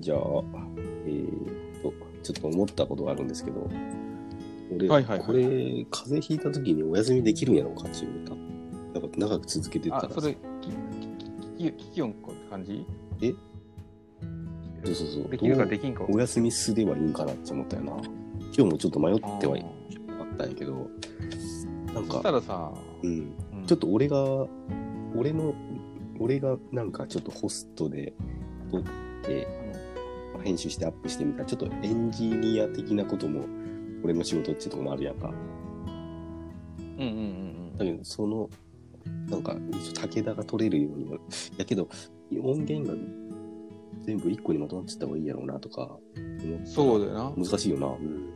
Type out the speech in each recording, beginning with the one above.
じゃあ、えー、と、ちょっと思ったことがあるんですけど、俺、はいはいはいこれ、風邪ひいた時にお休みできるんやろうかっていう歌。なんか長く続けてたらあさ、それ、きききききよんこって感じそうそうそうできるかどうできんか。お休みすればいいんかなって思ったよな。今日もちょっと迷ってはいああったんやけど、なんーそしかた、らさ、うん、うんちょっと俺が、俺の、俺がなんかちょっとホストで撮って、編集してアップしてみたら、ちょっとエンジニア的なことも、俺の仕事っていうとこもあるやんか。うんうんうんだけど、その、なんか、武田が取れるようにも、やけど、音源が全部一個にまとまってた方がいいやろうなとか、うん。そうだよな。難しいよな。うん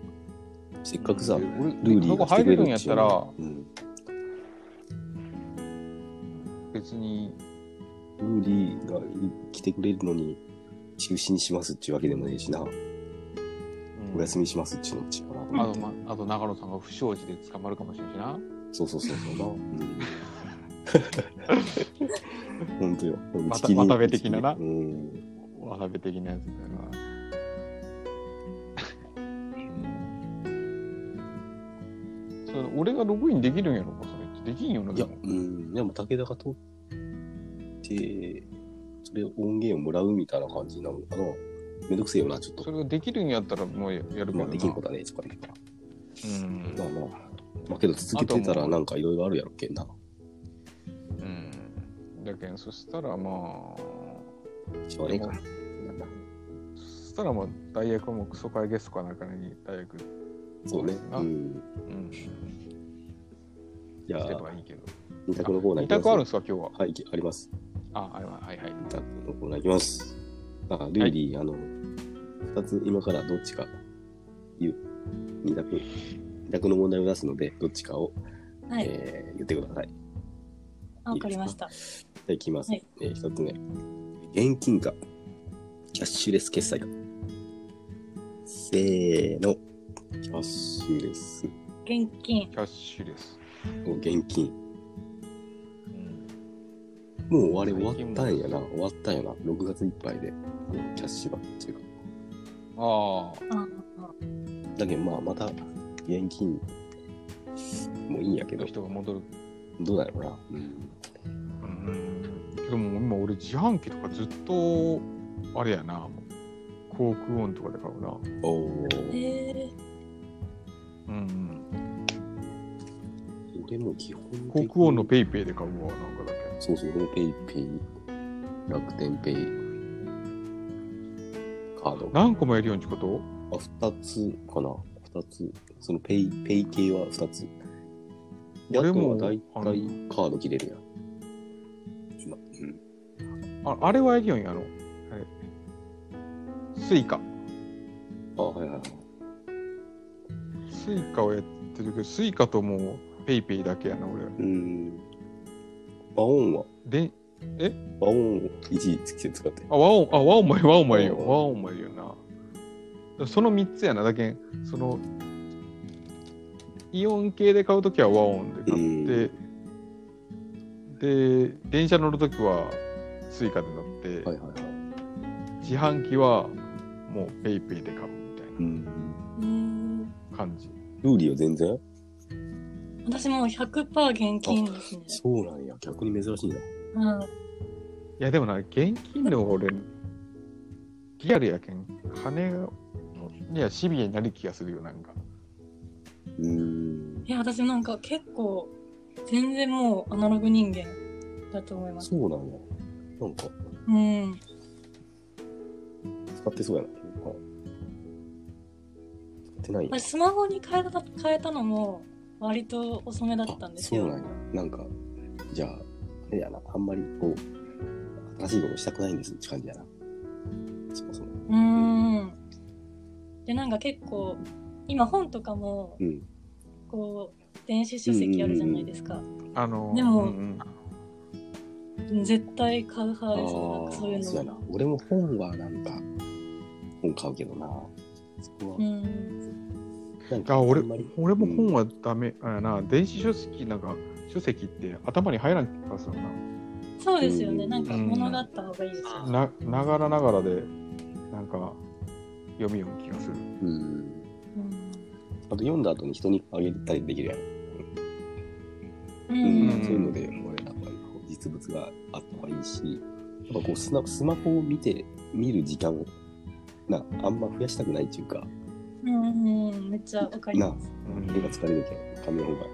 せっかくさ、うルん俺ーリーここが来て入くれれるるっんていうやったら、うん、別に、ルーリーが来てくれるのに、中止にしますっていうわけでもねえしな。うんお休みしますっちのっちから、あと、ま、あと長野さんが不祥事で捕まるかもしれんしな。そうそうそうそうな、うん、本当よまたチキンまた部的ななうん渡辺的なやつだよな。それ俺がログインできるんやろか、それって。できんよな、いでやも。うんでも武田が取ってそれ音源をもらうみたいな感じなのかなめんどくせえよなちょっそとれができるんやったらもうやるけどまな。あできんことはねえとかねうんまあまあまあけど続けてたらなんかいろいろあるやろっけんなうん。だけん、そしたらまあ、しょうがねえかでそしたらまあ、大学はもうクソ会ゲストかなんかに大学、そうねあうんうん、いやすればいいけど。二択のコーナー二行きます択あるんすか、今日は。はいありますあ、あれは、はいはい。タッグのコーナーいきます。あ、ルーリー、あの、二つ今からどっちか言う、二択、二択の問題を出すので、どっちかを、はい。えー言ってください。じあわかりました。ゃあいきます。はいえー一つ目。現金か、キャッシュレス決済か。せーの。キャッシュレス現金。キャッシュレス。と現金。うもん。う終わり終わったんやな。終わったんやな。6月いっぱいで、あのキャッシュバックっていうか。ああ。あだけどまあ、また、現金、もういいんやけどの、人が戻る。どうだろうな。うん。うん。けどもう今俺自販機とかずっとあれやな。もう航空音とかで買うな。おお。えうん。俺も基本的航に空音のペイペイで買うわなんかだけ。そうそう、俺もペイペイ、楽天ペイ、カード。何個もやるようにちこと？あ、二つかな。二つ。そのペイ、ペイ系は二つ。であ俺ともは大体カあのード切れるやん。今。うん。ああれはやるようにやろう。はい。スイカ。あ、はいはいはい。スイカをやってるけど、スイカともうペイペイだけやな俺は。うん。和音は、で、和音を一時つけて使って。あ和音あ和音もやる和音もやるおよう和音もやるよな。その三つやなだけんそのイオン系で買うときは和音で買う。うん。で、で、電車乗るときはスイカで乗って、はいはいはい。自販機はもうペイペイで買うみたいうん。ー、な感じ。ルーリーは全然私もう100%現金ですね。そうなんや。逆に珍しいな。うん。いや、でもな、現金の方が俺、リアルやけん、金が、いや、シビアになる気がするよ、なんか。うん。いや、私なんか結構、全然もうアナログ人間だと思います。そうなんや。なんか、うん。使ってそうやな。なんか使ってないんや私スマホに変えた変えたのも、割と遅めだあったんですよ。そうなんや。なんか、じゃあ、あれやな。あんまり、こう、新しいことしたくないんですって感じやな。そもそも。うーん。で、なんか結構、今本とかもう、ん。こう、電子書籍あるじゃないですか。あの、でうんもうん絶対買うあ派ですね。なんかそういーうそうやのな。俺も本はなんか、本買うけどな。そこはう、ん。なんか、あ俺あんまり、俺も本はダメ、あやな、電子書籍なんか、書籍って頭に入らん気がするな。そうですよね。うんなんか物があった方がいいですよね。なながらながらでなんか読みよう気がする。うん。うんあと読んだ後に人にあげたりできるやん。ううんんそういうので、俺やっぱりこう実物があった方がいいし、やっぱこうスマスマホを見て、見る時間をなあんま増やしたくないっていうか、うんうん、めっちゃわかります。うん目が疲れるけん、紙の方が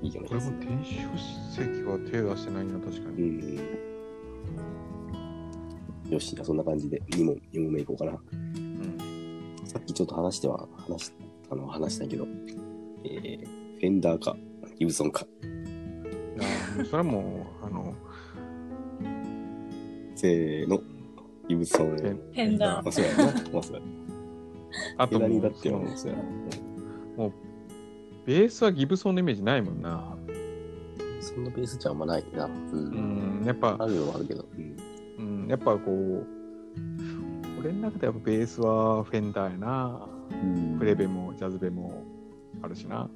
いいじゃないこれですもか。電子書籍は手出してないな、確かうに。ん。よし、じゃあそんな感じで2問、2問目いこうかな。うん。さっきちょっと話しては、話しあの話したけど、えー、フェンダーか、ギブソンか、あそれはもう、あの、せーの、ギブソン。フェンフェンダまーあ、そうやな。まあ、 そうや。あと枝もにだっう、てそはのもうそうやな。うんベースはギブソンのイメージないもんな。そんなベースじゃあんまないな。うん。うん、やっぱあ、るのはあるけど。うん。うん、やっぱこう、俺の中でやっぱベースはフェンダーやな。プレベもジャズベもあるしな。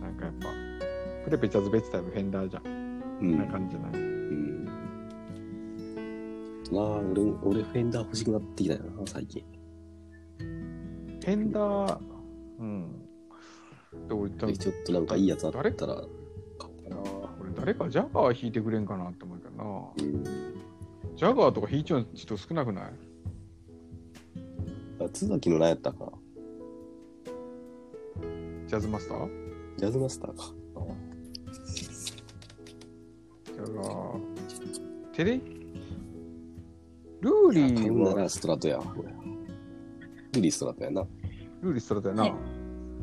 なんかやっぱ、プレベ、ジャズベって多分フェンダーじゃん。うん。な感じじゃない。うん。まあ、俺も、俺フェンダー欲しくなってきたよな、最近。フェンダー、うん。で俺多で分ちょっとなんかいいやつあったら、買おうかな。俺誰かジャガー弾いてくれんかなって思うけどうん。な。ジャガーとか弾いちゃう人少なくないあ、津崎の何やったかな。ジャズマスタージャズマスターか。ジャガー。テレルーいやリ買ーうなは、らストラトや。これルリーストラトやな。ルーリーストラトやな。はい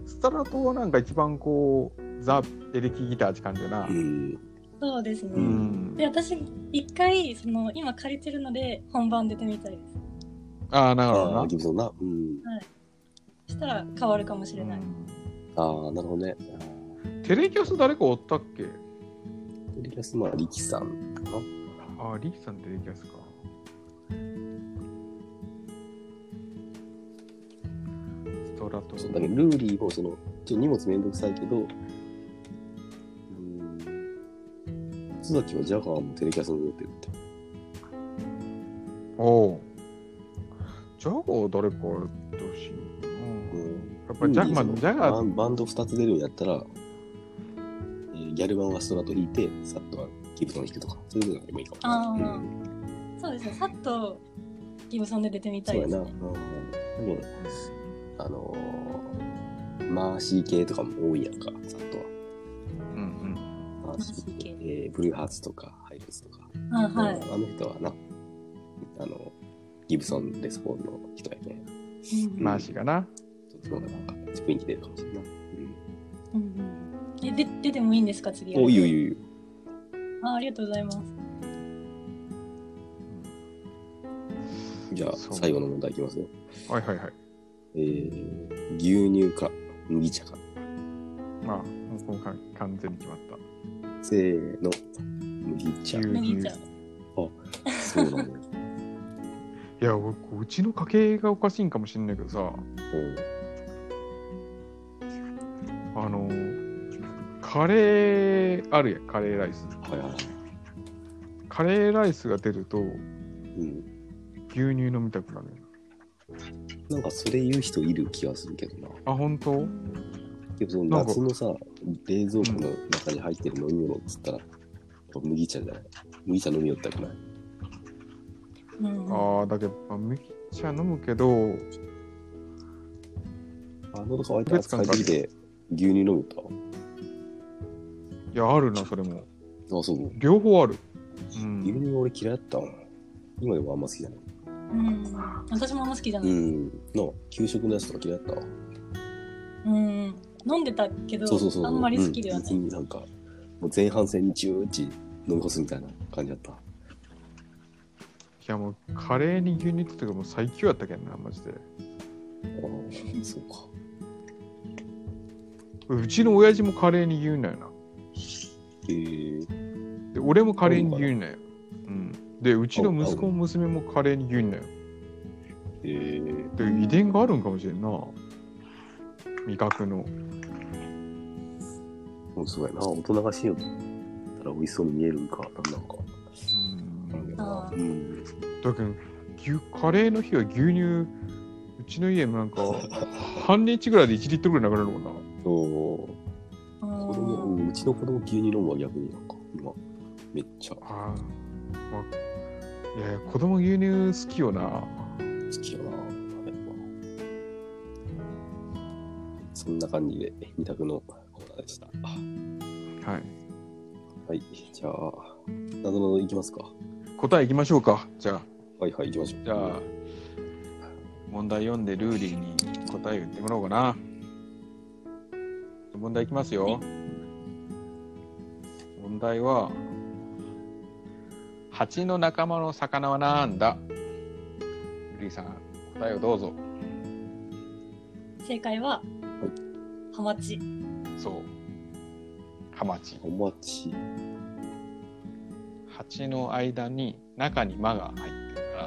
ストラトはなんか一番こう、ザ・エレキギターって感じやなう。ん。そうですうね。んで、私、一回、その、今借りてるので、本番出てみたいでああ、なあるほどなあー、。ギブソンな。うん。す。したら変わるかもしれない。うんああ、なるほどね。テレキャス誰かおったっけテレキャスまあ、リキさんかな。ああ、リーさんテレキャスか。ストラト。そうだけどルーリーもそのちょっと荷物めんどくさいけど、うーん、津崎はジャガーもテレキャスに持ってるって。おうジャガー誰かやってほしいな。うん、やっぱりジャ,、まあ、ジャガバー、ンバンド2つ出るんやったら、えーギャル版はストラト弾いて、サットはギブソン弾くとか、そういうのがもいいかもしれないあーそうですね。さっと、ギブソンで出てみたいうんでそうすやな。ね。うん、でも、あのーマーシー系とかも多いやんか、サットは。うんマーシー系マーシー、えーブルーハーツとか、ハイブスとか。あはい。あの人はな、あの、ギブソン・レスポールの人やね。うん、マーシーがな。ちょっとなんか、雰囲気出るかもしれんない。うんうんえ、で、出てもいいんですか、次。おいおいおい。あ、ありがとうございます。じゃあ、そう最後の問題いきますよ。はいはいはい。えー、牛乳か、麦茶か。まあ、もうこのか完全に決まっせーの、麦茶。牛麦茶。そうなんだよ。た。いや、俺こううちの家系がおかしいんかもしれないけどさ、うんあの、カレーあるやん、カレーライス。はいはい。カレーライスが出ると、うん。牛乳飲みたくなる。なんか、それ言う人いる気がするけどな。あ、本当でも、その夏のさ、冷蔵庫の中に入ってる飲み物っつったら、やっぱ麦茶じゃない麦茶飲みよったくないうんうん。ああ、だけど、まあ、麦茶飲むけど、あ、喉乾いた暑い時で牛乳飲むといや、あるな、それも。あ、そう。両方ある。う牛ん。乳俺嫌いだったもん。今でもあんま好きじゃない。うん私もあんま好きじゃなうい。ん。の、給食のやつとか嫌いだったわ。うん。飲んでたけどそうそうそう。あんまり好きではない。うん別になんか、もう前半戦にジューッチ飲み干すみたいな感じだった。いや、もう、カレーに牛乳ってとかもう最強やったけんな、マジで。ああ、そうか。うちの親父もカレーに牛乳なんやえー、な。で、俺もカレーに牛乳なんや。うん。で、うちの息子も娘もカレーに牛乳なんや。えー、で、遺伝があるんかもしれんな。味覚の。もうすごいな。大人がしよったら美味しそうに見えるんか、なんなんか。うん。なんだよなあうん。だけど、牛牛カレーの日は牛乳うちの家のなんか半日ぐらいで1リットルぐらいなくなるもんなそうあ子供うーんうちの子供牛乳飲むわ逆になんか今めっちゃ好あー、まあ、いやいや子供牛乳好きよなきやなあれはそんな感じで二択のコーナーでしたはいはいじゃあなどなどいきますか答えいきましょうかじゃあはいはい行きましょうじゃあ問題読んでルーリーに答え言ってもらおうかな問題いきますよ問題は蜂の仲間の魚はなんだルーリーさん答えをどうぞ正解は、ハマチ。そうハマチお待ち蜂の間に中に間が入ってるから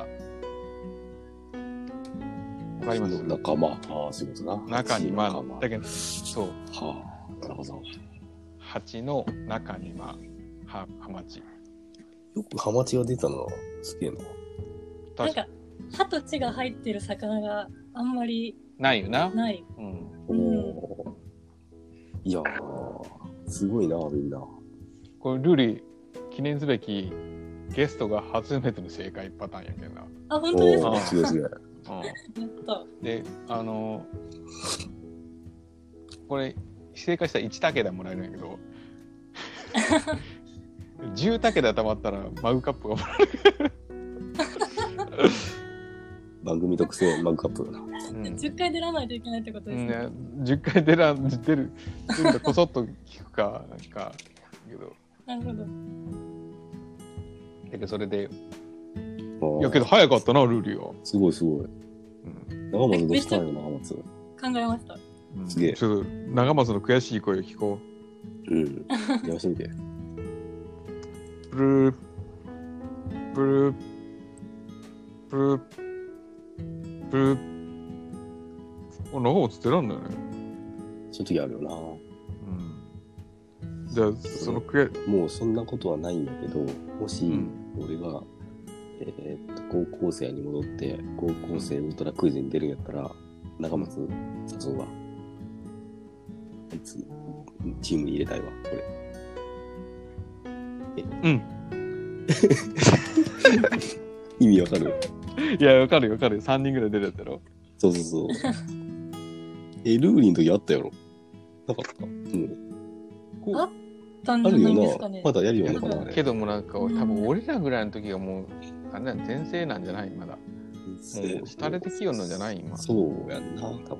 わかります仲間ああそういうことな中に間仲の間だけどそうはあなるほど蜂の中にまあはハマチよくハマチが出たのすげえなな確かんか、歯と血が入ってる魚があんまりないよな、ない。うん、おおー、いやーすごいなみんなこれルーリー記念すべきゲストが初めての正解パターンやけんな、あ、本当ですおかおーすげえすげえやった。であのこれ正解したら1竹田もらえるんやけ ど10竹田貯まったらマグカップがもら番組特製マグカップえる、うん10回出らないといけないってことですね。ね、10回出らん出る出るとこそっと聞くかなんかけどなるほど。だけどそれでいやよけど早かったなルーリーは、すごいすごい。うん長松どうしたんやろな、長松。考えました。すげえちょっと長松の悔しい声を聞こうん。やらしてみて。うプループループループルーお長松出らんだよね、そういう時あるよな。うん、じゃあその悔もうそんなことはないんだけど、もしうん俺が、えーっと、高校生に戻って、高校生ウルトラクイズに出るんやったら、長松誘うわ。あいつ、チームに入れたいわ、これ。うん 意味わかるいやわかるよわかるよ3人ぐらい出るやつやろそうそう そう。え、ルーリーの時あったやろなかったうん。こうあ単あ純るなんよですなか。ね。まだやるよな、まだあれ。けどもなんか多うん分俺らぐらいの時がもうあれだよ全盛なんじゃないまだもう廃れてきよんのじゃない今そうやんな、多分。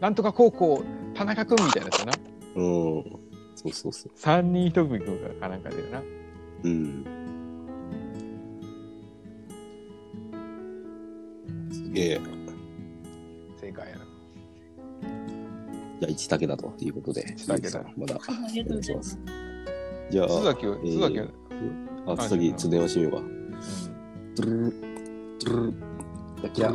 なんとか高校田中君みたいなやつやなうん。そうそうそう。 3人1組くんかなんかでなうん。すげえ。じゃ正解やなあ、1だけだということで。一だけだルーリーさんまだ。ありがとうございます。じゃあ、須崎はえー須崎は、あ、須崎、ちょっと電話してみようか。ドゥルルドゥルルいや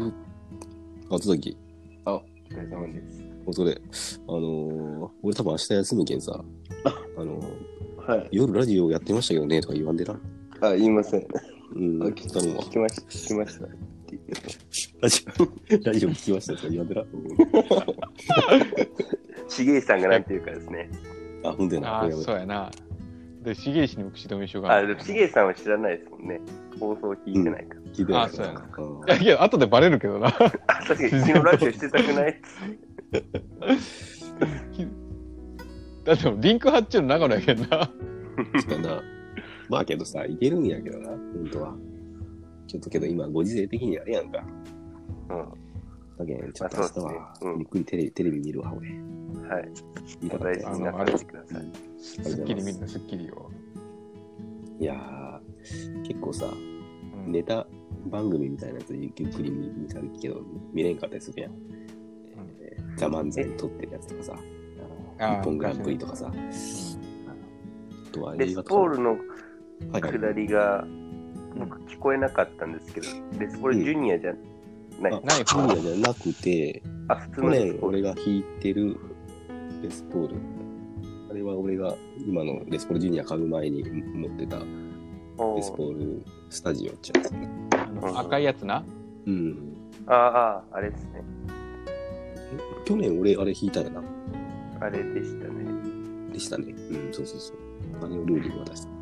あ、須崎、お疲れ様です本当で、あのー、俺多分明日休むけんさ、あのー、はい。夜ラジオやってましたよねとか言わんでな。あ、言いません。うん、あ聞き頼むわ聞。きました。聞きました。って言ってラジオ、ラジオ聞きましたとか言わんでな。うん重石さんがなんて言うかですね。あ、ほんとやな。こああれやめそうやなで重石にも口止めしようかあ、な でも重石さんは知らないですもんね。放送聞いてないから。聞いてないあそうやなうんいやいや後でバレるけどな あ、確かに昨日ラジオしてたくないだってもうリンク貼っちゅうの長野やけ んなそうやな。まあけどさ、いけるんやけどな、本当は。ちょっとけど今、ご時世的にあれやんか。 うん。だけん、ちょっと明日あはそうですねう、んゆっくりテレビ、テレビ見るわ、俺。はい。見たおかっ大た事わになさってください。すっきり見るのすっきりよ、いやー、結構さ、うんネタ番組みたいなやつゆっくり見見たけど、見れんかったりするやん。えーザ・漫才撮ってるやつとかさ、ああのー日本グランプリとかさ、あとはレ映ス画ポーとルのか。はいは下いりが、僕聞こえなかったんですけど、レスポールジュニアじゃない。あないそうじゃなくて、あ、普通去のレ年スポール。俺が弾いてるレスポール。あれは俺が今のレスポールジュニア買う前に持ってたおベースーボールスタジオってやつ。あの赤いやつな。うん。ああ、あれですね。去年俺あれ弾いたよな。あれでしたね。でしたね。うん、そうそうそう。あれをルールに渡した。うん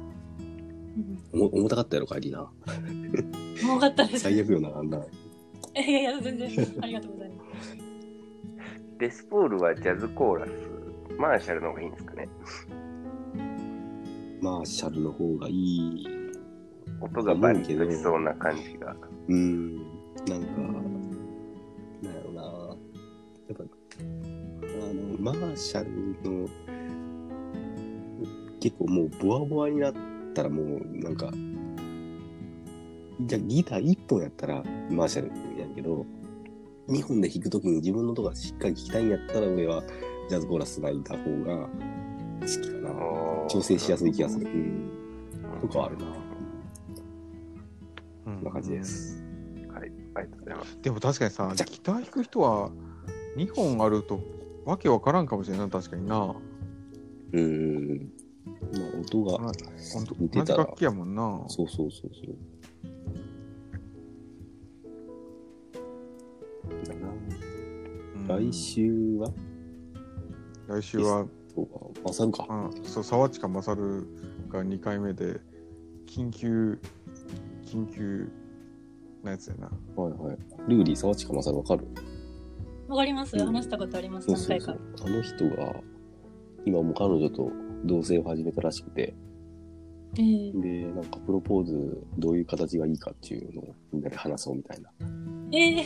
おも重たかったやろ、帰りな。重かったです。最悪よな、あんな。え いやいや、全然。ありがとうございます。レスポールはジャズコーラス、マーシャルの方がいいんですかね。マーシャルの方がいい。音がバリッとしそうな感じが。うん。なんか、なんやろな。やっぱ、あの、マーシャルの、結構もうボワボワになったらもう、なんか、じゃあギター1本やったらマーシャルやんけど、2本で弾くときに自分の音がしっかり聞きたいんやったら俺はジャズコーラスがいた方が好きかな。おー調整しやすい気がする。うん。とかあるな。こんこんな感じで。す。はい、ありがとうございます。でも確かにさ、じゃギター弾く人は2本あるとわけわからんかもしれんない確かにな。ほうん。まあ、音が、んと見同てじたら楽器やもんな。そうそうそうそう。だなうん来。週は、来週は、そうか、あさるか。あそう沢近勝が2回目で緊急緊急なやつやな。はいはい。ルーリー、沢近勝わかるわかりますうん話したことあります、そう何そう回そかう。。あの人が、今もう彼女と同棲を始めたらしくて、えーで、なんかプロポーズどういう形がいいかっていうのをみんなで話そうみたいな。え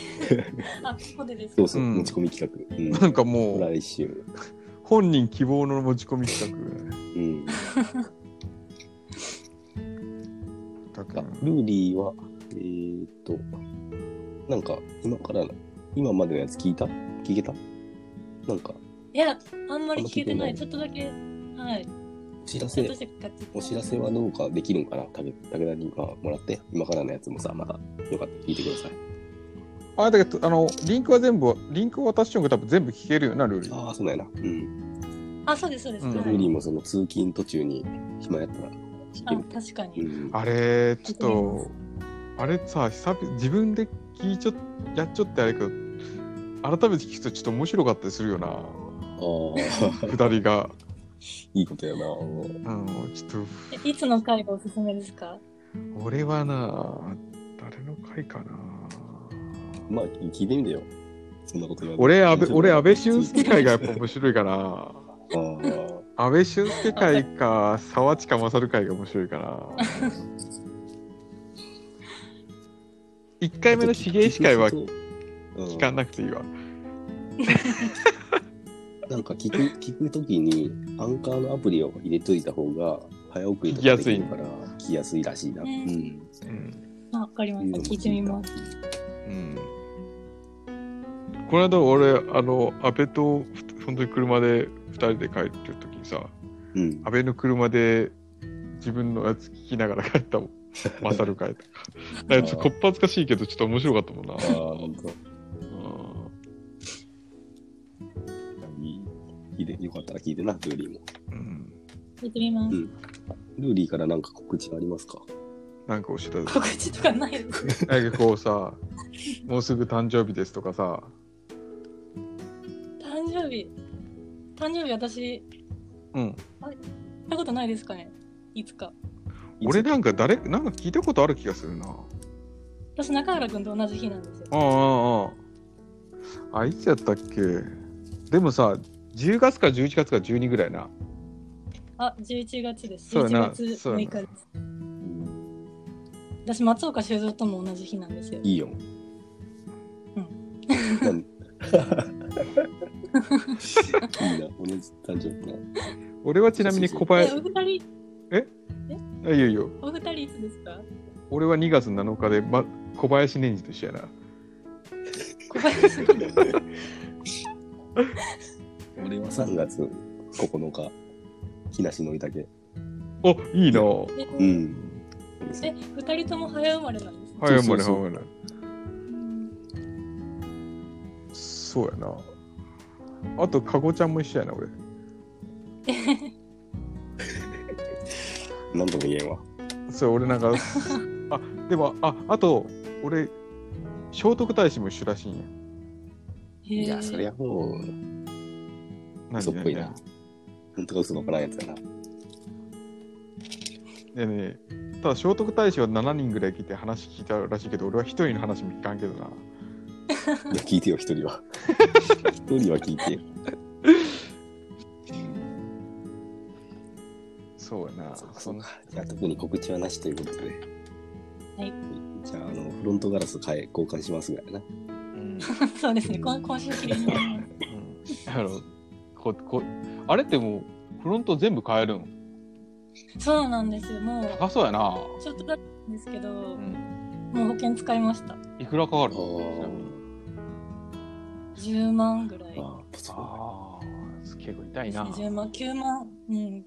ーあ、ここでですかそうそう、うん持ち込み企画。うんなんか もう来週。本人希望の持ち込み企うん。画だけあどルーリーは、えー、っと、なんか、今から、今までのやつ聞いた聞けたなんか、いや、あんまり聞けてない。あんま聞けてないちょっとだけ、はい。お知らちょっせと、して買ってきたお知らせはどうかできるんかな武武田にまあもらって、今からのやつもさ、またよかったら聞いてください。あだけどあのリンクは全部リンクを渡しておくと多分全部聞けるよなルールああ、そうなんやな。うん。あ、そうです、そうです。うんルはーリい、ーもその通勤途中に暇やったら聞いてあみ、確かて。うん。に。あれちょっ聞いてとあれさ久々自分で聞いちょやっちゃってあれやけど改めて聞くとちょっと面白かったりするよなああ、下りが、 いいことやな。うんうん、ちょっとえいつの回がおすすめですか俺はな誰の回かなまあ、聞いてみてよ。そんなこと言わない。俺安倍俺安倍俊介会がやっぱ面白いかなあ あ。安倍俊介会か沢近勝会が面白いかな一回目の重石会は聞聞かなくていいわなんか 聞く、聞くときに、アンカーのアプリを入れといた方が、早送りと聞きかやですきいるから、聞きやすいらしいな。うねん。うん、あ、わかりました。聞いてみます。す。うん、この間俺あの安倍とふ本当に車で2人で帰ってる時にさうん。安倍の車で自分のやつ聞きながら帰ったもん勝る会とかなんかちょっとこっぱずかしいけどちょっと面白かったもんなああ、ほんと。いい。いいで、よかったら聞いてな、ルーリーも。うん、聞いてみまうすん。ルーリーからなんか告知ありますかなんかお知らせ告知とかないです。なんかこうさ、 もうすぐ誕生日ですとかさ、誕生日。誕生日私、うん、やったことないですかねいつか。俺だなんか誰、なんか聞いたことある気がするな。私、中原くんと同じ日なんですよ。ああ、ああ、ああ。あ、いつやったっけでもさ、10月か11月か12ぐらいな。あ、11月です。そうやな11月そう6や日なです。私、松岡修造とも同じ日なんですよ。いいよ。う なん。いいな、同じ誕生日な。俺はちなみに小え、林お、二人、あいいよいいよ。お二人いつですか俺は2月7日で、ま、小林年次と一緒やな。小林君。俺は3月9日、木梨のりたけ。お、いいな。うん。え、二人とも早生まれなんですね。早生まれそうそうそう早生まれ。うんそうやな。あと、かごちゃんも一緒やな、俺。なんとも言えんわ。そう俺なんかあでもああと俺聖徳太子も一緒らしいんやへいや、そりゃ。ゃもう、何嘘っぽい何な。本当か嘘かわからんやつだ な。でね、ただ聖徳太子は7人ぐらい聞いて話聞いたらしいけど、俺は1人の話も聞かんけどな。いや、聞いてよ、一人は。一人は聞いてよ。そうやな。そうか、そそうんなか。じゃあ、特に告知はなしということで。はい。じゃあ、あの、フロントガラス変え交換しますぐらいな。うん。 そうですね。今今週きれいに。あのここあれってもう、フロント全部変えるんそうなんですよ。もう、高そうやな。ちょっとだけなんですけど、うん。もう保険使いました。いくらかかるあちなみに10万ぐらい。ああ、そうかああ、結構痛いな。 10万、9万。うん。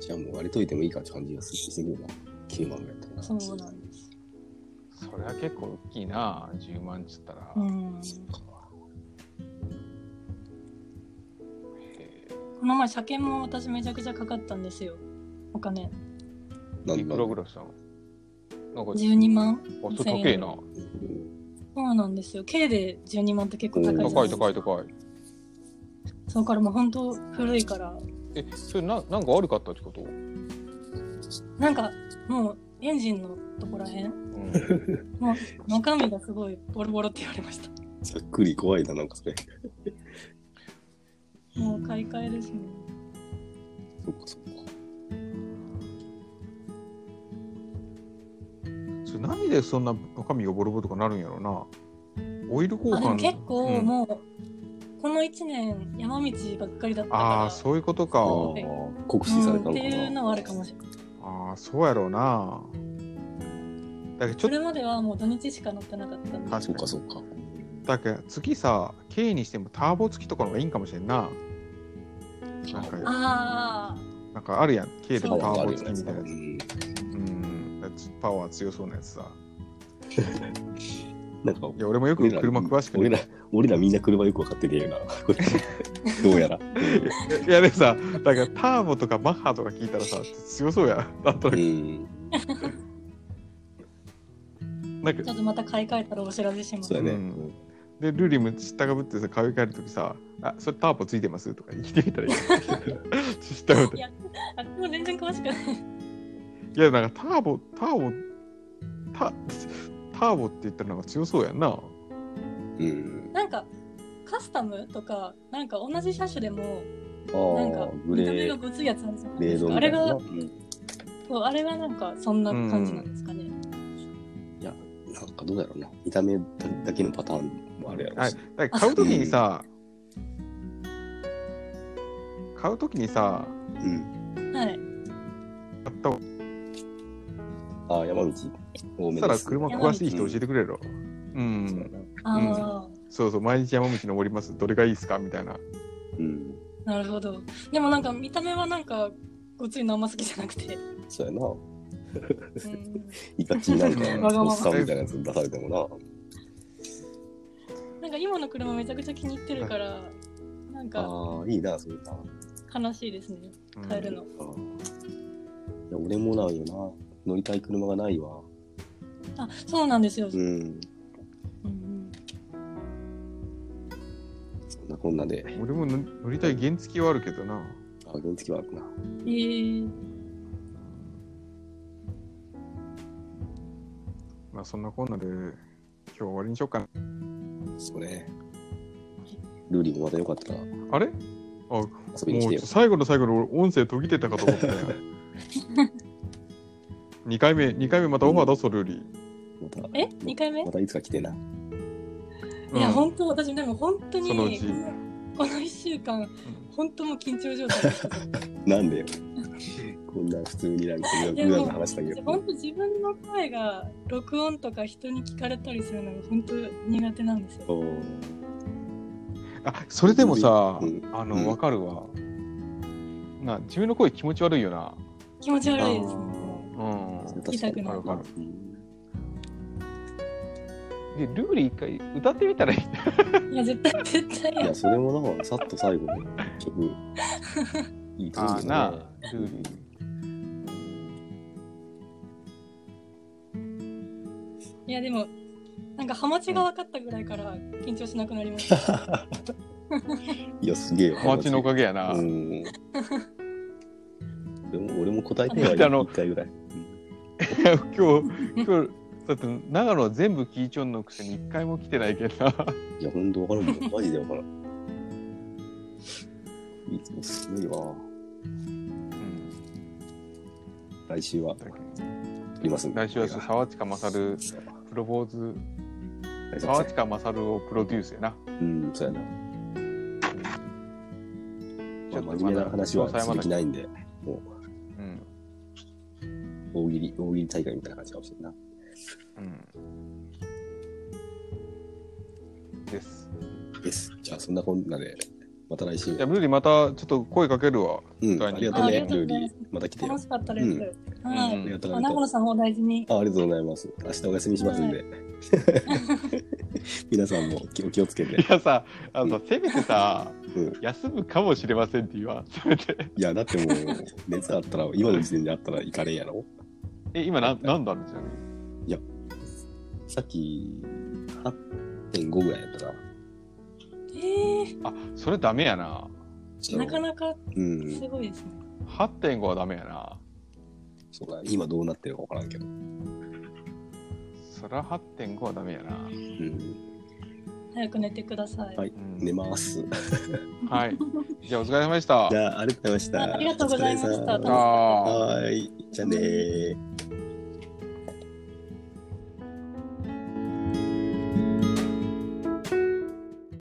じゃあもう割れといてもいいかって感じがするしてくるな。9万ぐらいだったそうなんです。それは結構大きいな。10万っつったら。うん。そうかへこの前、車検も私めちゃくちゃかかったんですよ。お金。えい何く万らぐらいしたのなんか、あ、 12万。それ高いな。うんそうなんですよ。K で12万って結構高いじゃない高いですか高い高い。そうからもう本当古いから。え、それななんか悪かったってことなんか、もう、エンジンのところらへんうん。もう、中身がすごいボロボロって言われました。ざっくり怖いな、なんかそれ。もう買い替えですね。そっかそっか。それ何でそんな中身がボロボロとかなるんやろうなオイル交あ、でも換結構うんもう、この1年山道ばっかりだったから。ああそういうことかあはいあ、酷使されたのうんっかていうな。のはあるかもしれない。ああそうやろうなだけどちょそっとれまではもう土日しか乗ってなかったんで。そ確っかかにそっか。だけど次さ K にしてもターボ付きとかの方がいいんかもしれんななんかあなんかあるやん K でタパワーーあボるよ付きみたいなやつね。うんだってパワー強そうなやつさなんかいや俺もよく車詳しく俺ねら、俺らみんな車よく分かってるよな。こ れどうやら。いやでもさだからターボとかマッハとか聞いたらさ強そ うやんなんとうなくん。なんかあ、ちょっとまた買い替えたらお知らせします。そうやね。うんでルリム知ったかぶってさ買い替えるときさ「あそれターポついてます?」とか聞いてみ たらいいよ知ったかぶっていや、あもう全然詳しくない。いやなんかターボターボタターボって言ったらなんか強そうやんなうん。なんか、カスタムとか、なんか同じ車種でも、なんあかあ、、グ見たレ目がーごついやつあるじゃないレでーすドか。みあたれいな。がう、んそうあれはなんか、そんな感じなんですかね。いや、なんかどうやろうな。見た目だけのパターンもあるやろはういし。だから買うときにさ買うときにさうん。はい。買った方ああ、山道多めしたでらす。車詳しい人教えてくれるろうん、そうやなああ、そうそう毎日山道登りますどれがいいですかみたいなうん。なるほど。でもなんか、見た目はなんか、ごついのあんま好きじゃなくて。そうやな。うんいかち なんかわがま、まおっさんみたいなやつ出されてもな。なんか、今の車めちゃくちゃ気に入ってるから、なんか、ああ、いいな、そういうな。悲しいですね。うん買えるの。あーいや俺もなんよな。乗りたい車がないわ。あ、そうなんですよ。ううんん。うんそんなこんなで、俺も乗乗りたい原付きはあるけどなあ、原付はあるな。えー、まあそんなこんなで今日終わりにしようかな。そうね。ルーリーもまたよかったら遊あれあびに来もてうよ。最後の最後の俺音声途切れたかと 思ったよ。2回目、2回目またオファー出そう、ルーリまた、え ?2 回目、またいつか来てな。ー。うんいや、本当、私、でも本当に、そのうちこのこの1週間、本当もう緊張状態でした。なんでよ。こんな普通になんか、いや無駄な話だけど本。当自分の声が録音とか人に聞かれたりするのが本当苦手なんですよ。おーあ、それでもさ、うんあうんの、わかるわ。な、自分の声気持ち悪いよな。気持ち悪いですね。うん。確か痛くになあるるかで、ルーリー一回歌ってみたらいい。いや絶対絶対いやや、それもなんか、さっと最後の曲、いい感じだね。ルーリー。いやでもなんかハマチが分かったぐらいから緊張しなくなりました。いや、すげえよ。ハマチのおかげやな。うん。でも俺も答えてだってあはの一回ぐらい。 今日、今日、だって長野は全部聞いちょんのくせに一回も来てないけどな。いや、ほんとわからんもん。マジでわからん。いつもすごいわ。うん来週は撮りますんで来週はそう沢近勝プロポーズ、大丈夫沢です近勝をプロデュースやな。うん、そうやな。ちょっとまあ、真面目な話はする気ないんで、もうん。う大喜利、大喜利大会みたいな感じかもしれんな。うんです。です。じゃあ、そんなこんなで、また来週じゃ。あ、ブルーリーまたちょっと声かけるわ。うん、ありがとうありねが、とうルーございリまーす。また来 てよ楽。しかったでうす。はいん。ありがとうあありがとう名古さんもお大事に。あありがとうございます。明日お休みしますんで。 皆さんもお気お気をつけて い。やさ、あのさ、せめてさ、うん休むかもしれませんって言わん。せめて。いや、だってもう、熱あったら、今の時点であったら行かれんやろえ、今な、なんだろうじゃん。さっき、8.5ぐらいやったかええあ、それダメやな。ら。なかなかうんす。ごいですね。 8.5はダメやな。そうだ、今どうなってるかわからんけど。そら8.5はダメやな。うん。早く寝てください。はいうん寝ます。はい。じゃあお疲れ様でしたじ。ゃあ、ありがとうございました。ありがとうございましたお疲れ様あーはーい。じゃあねー。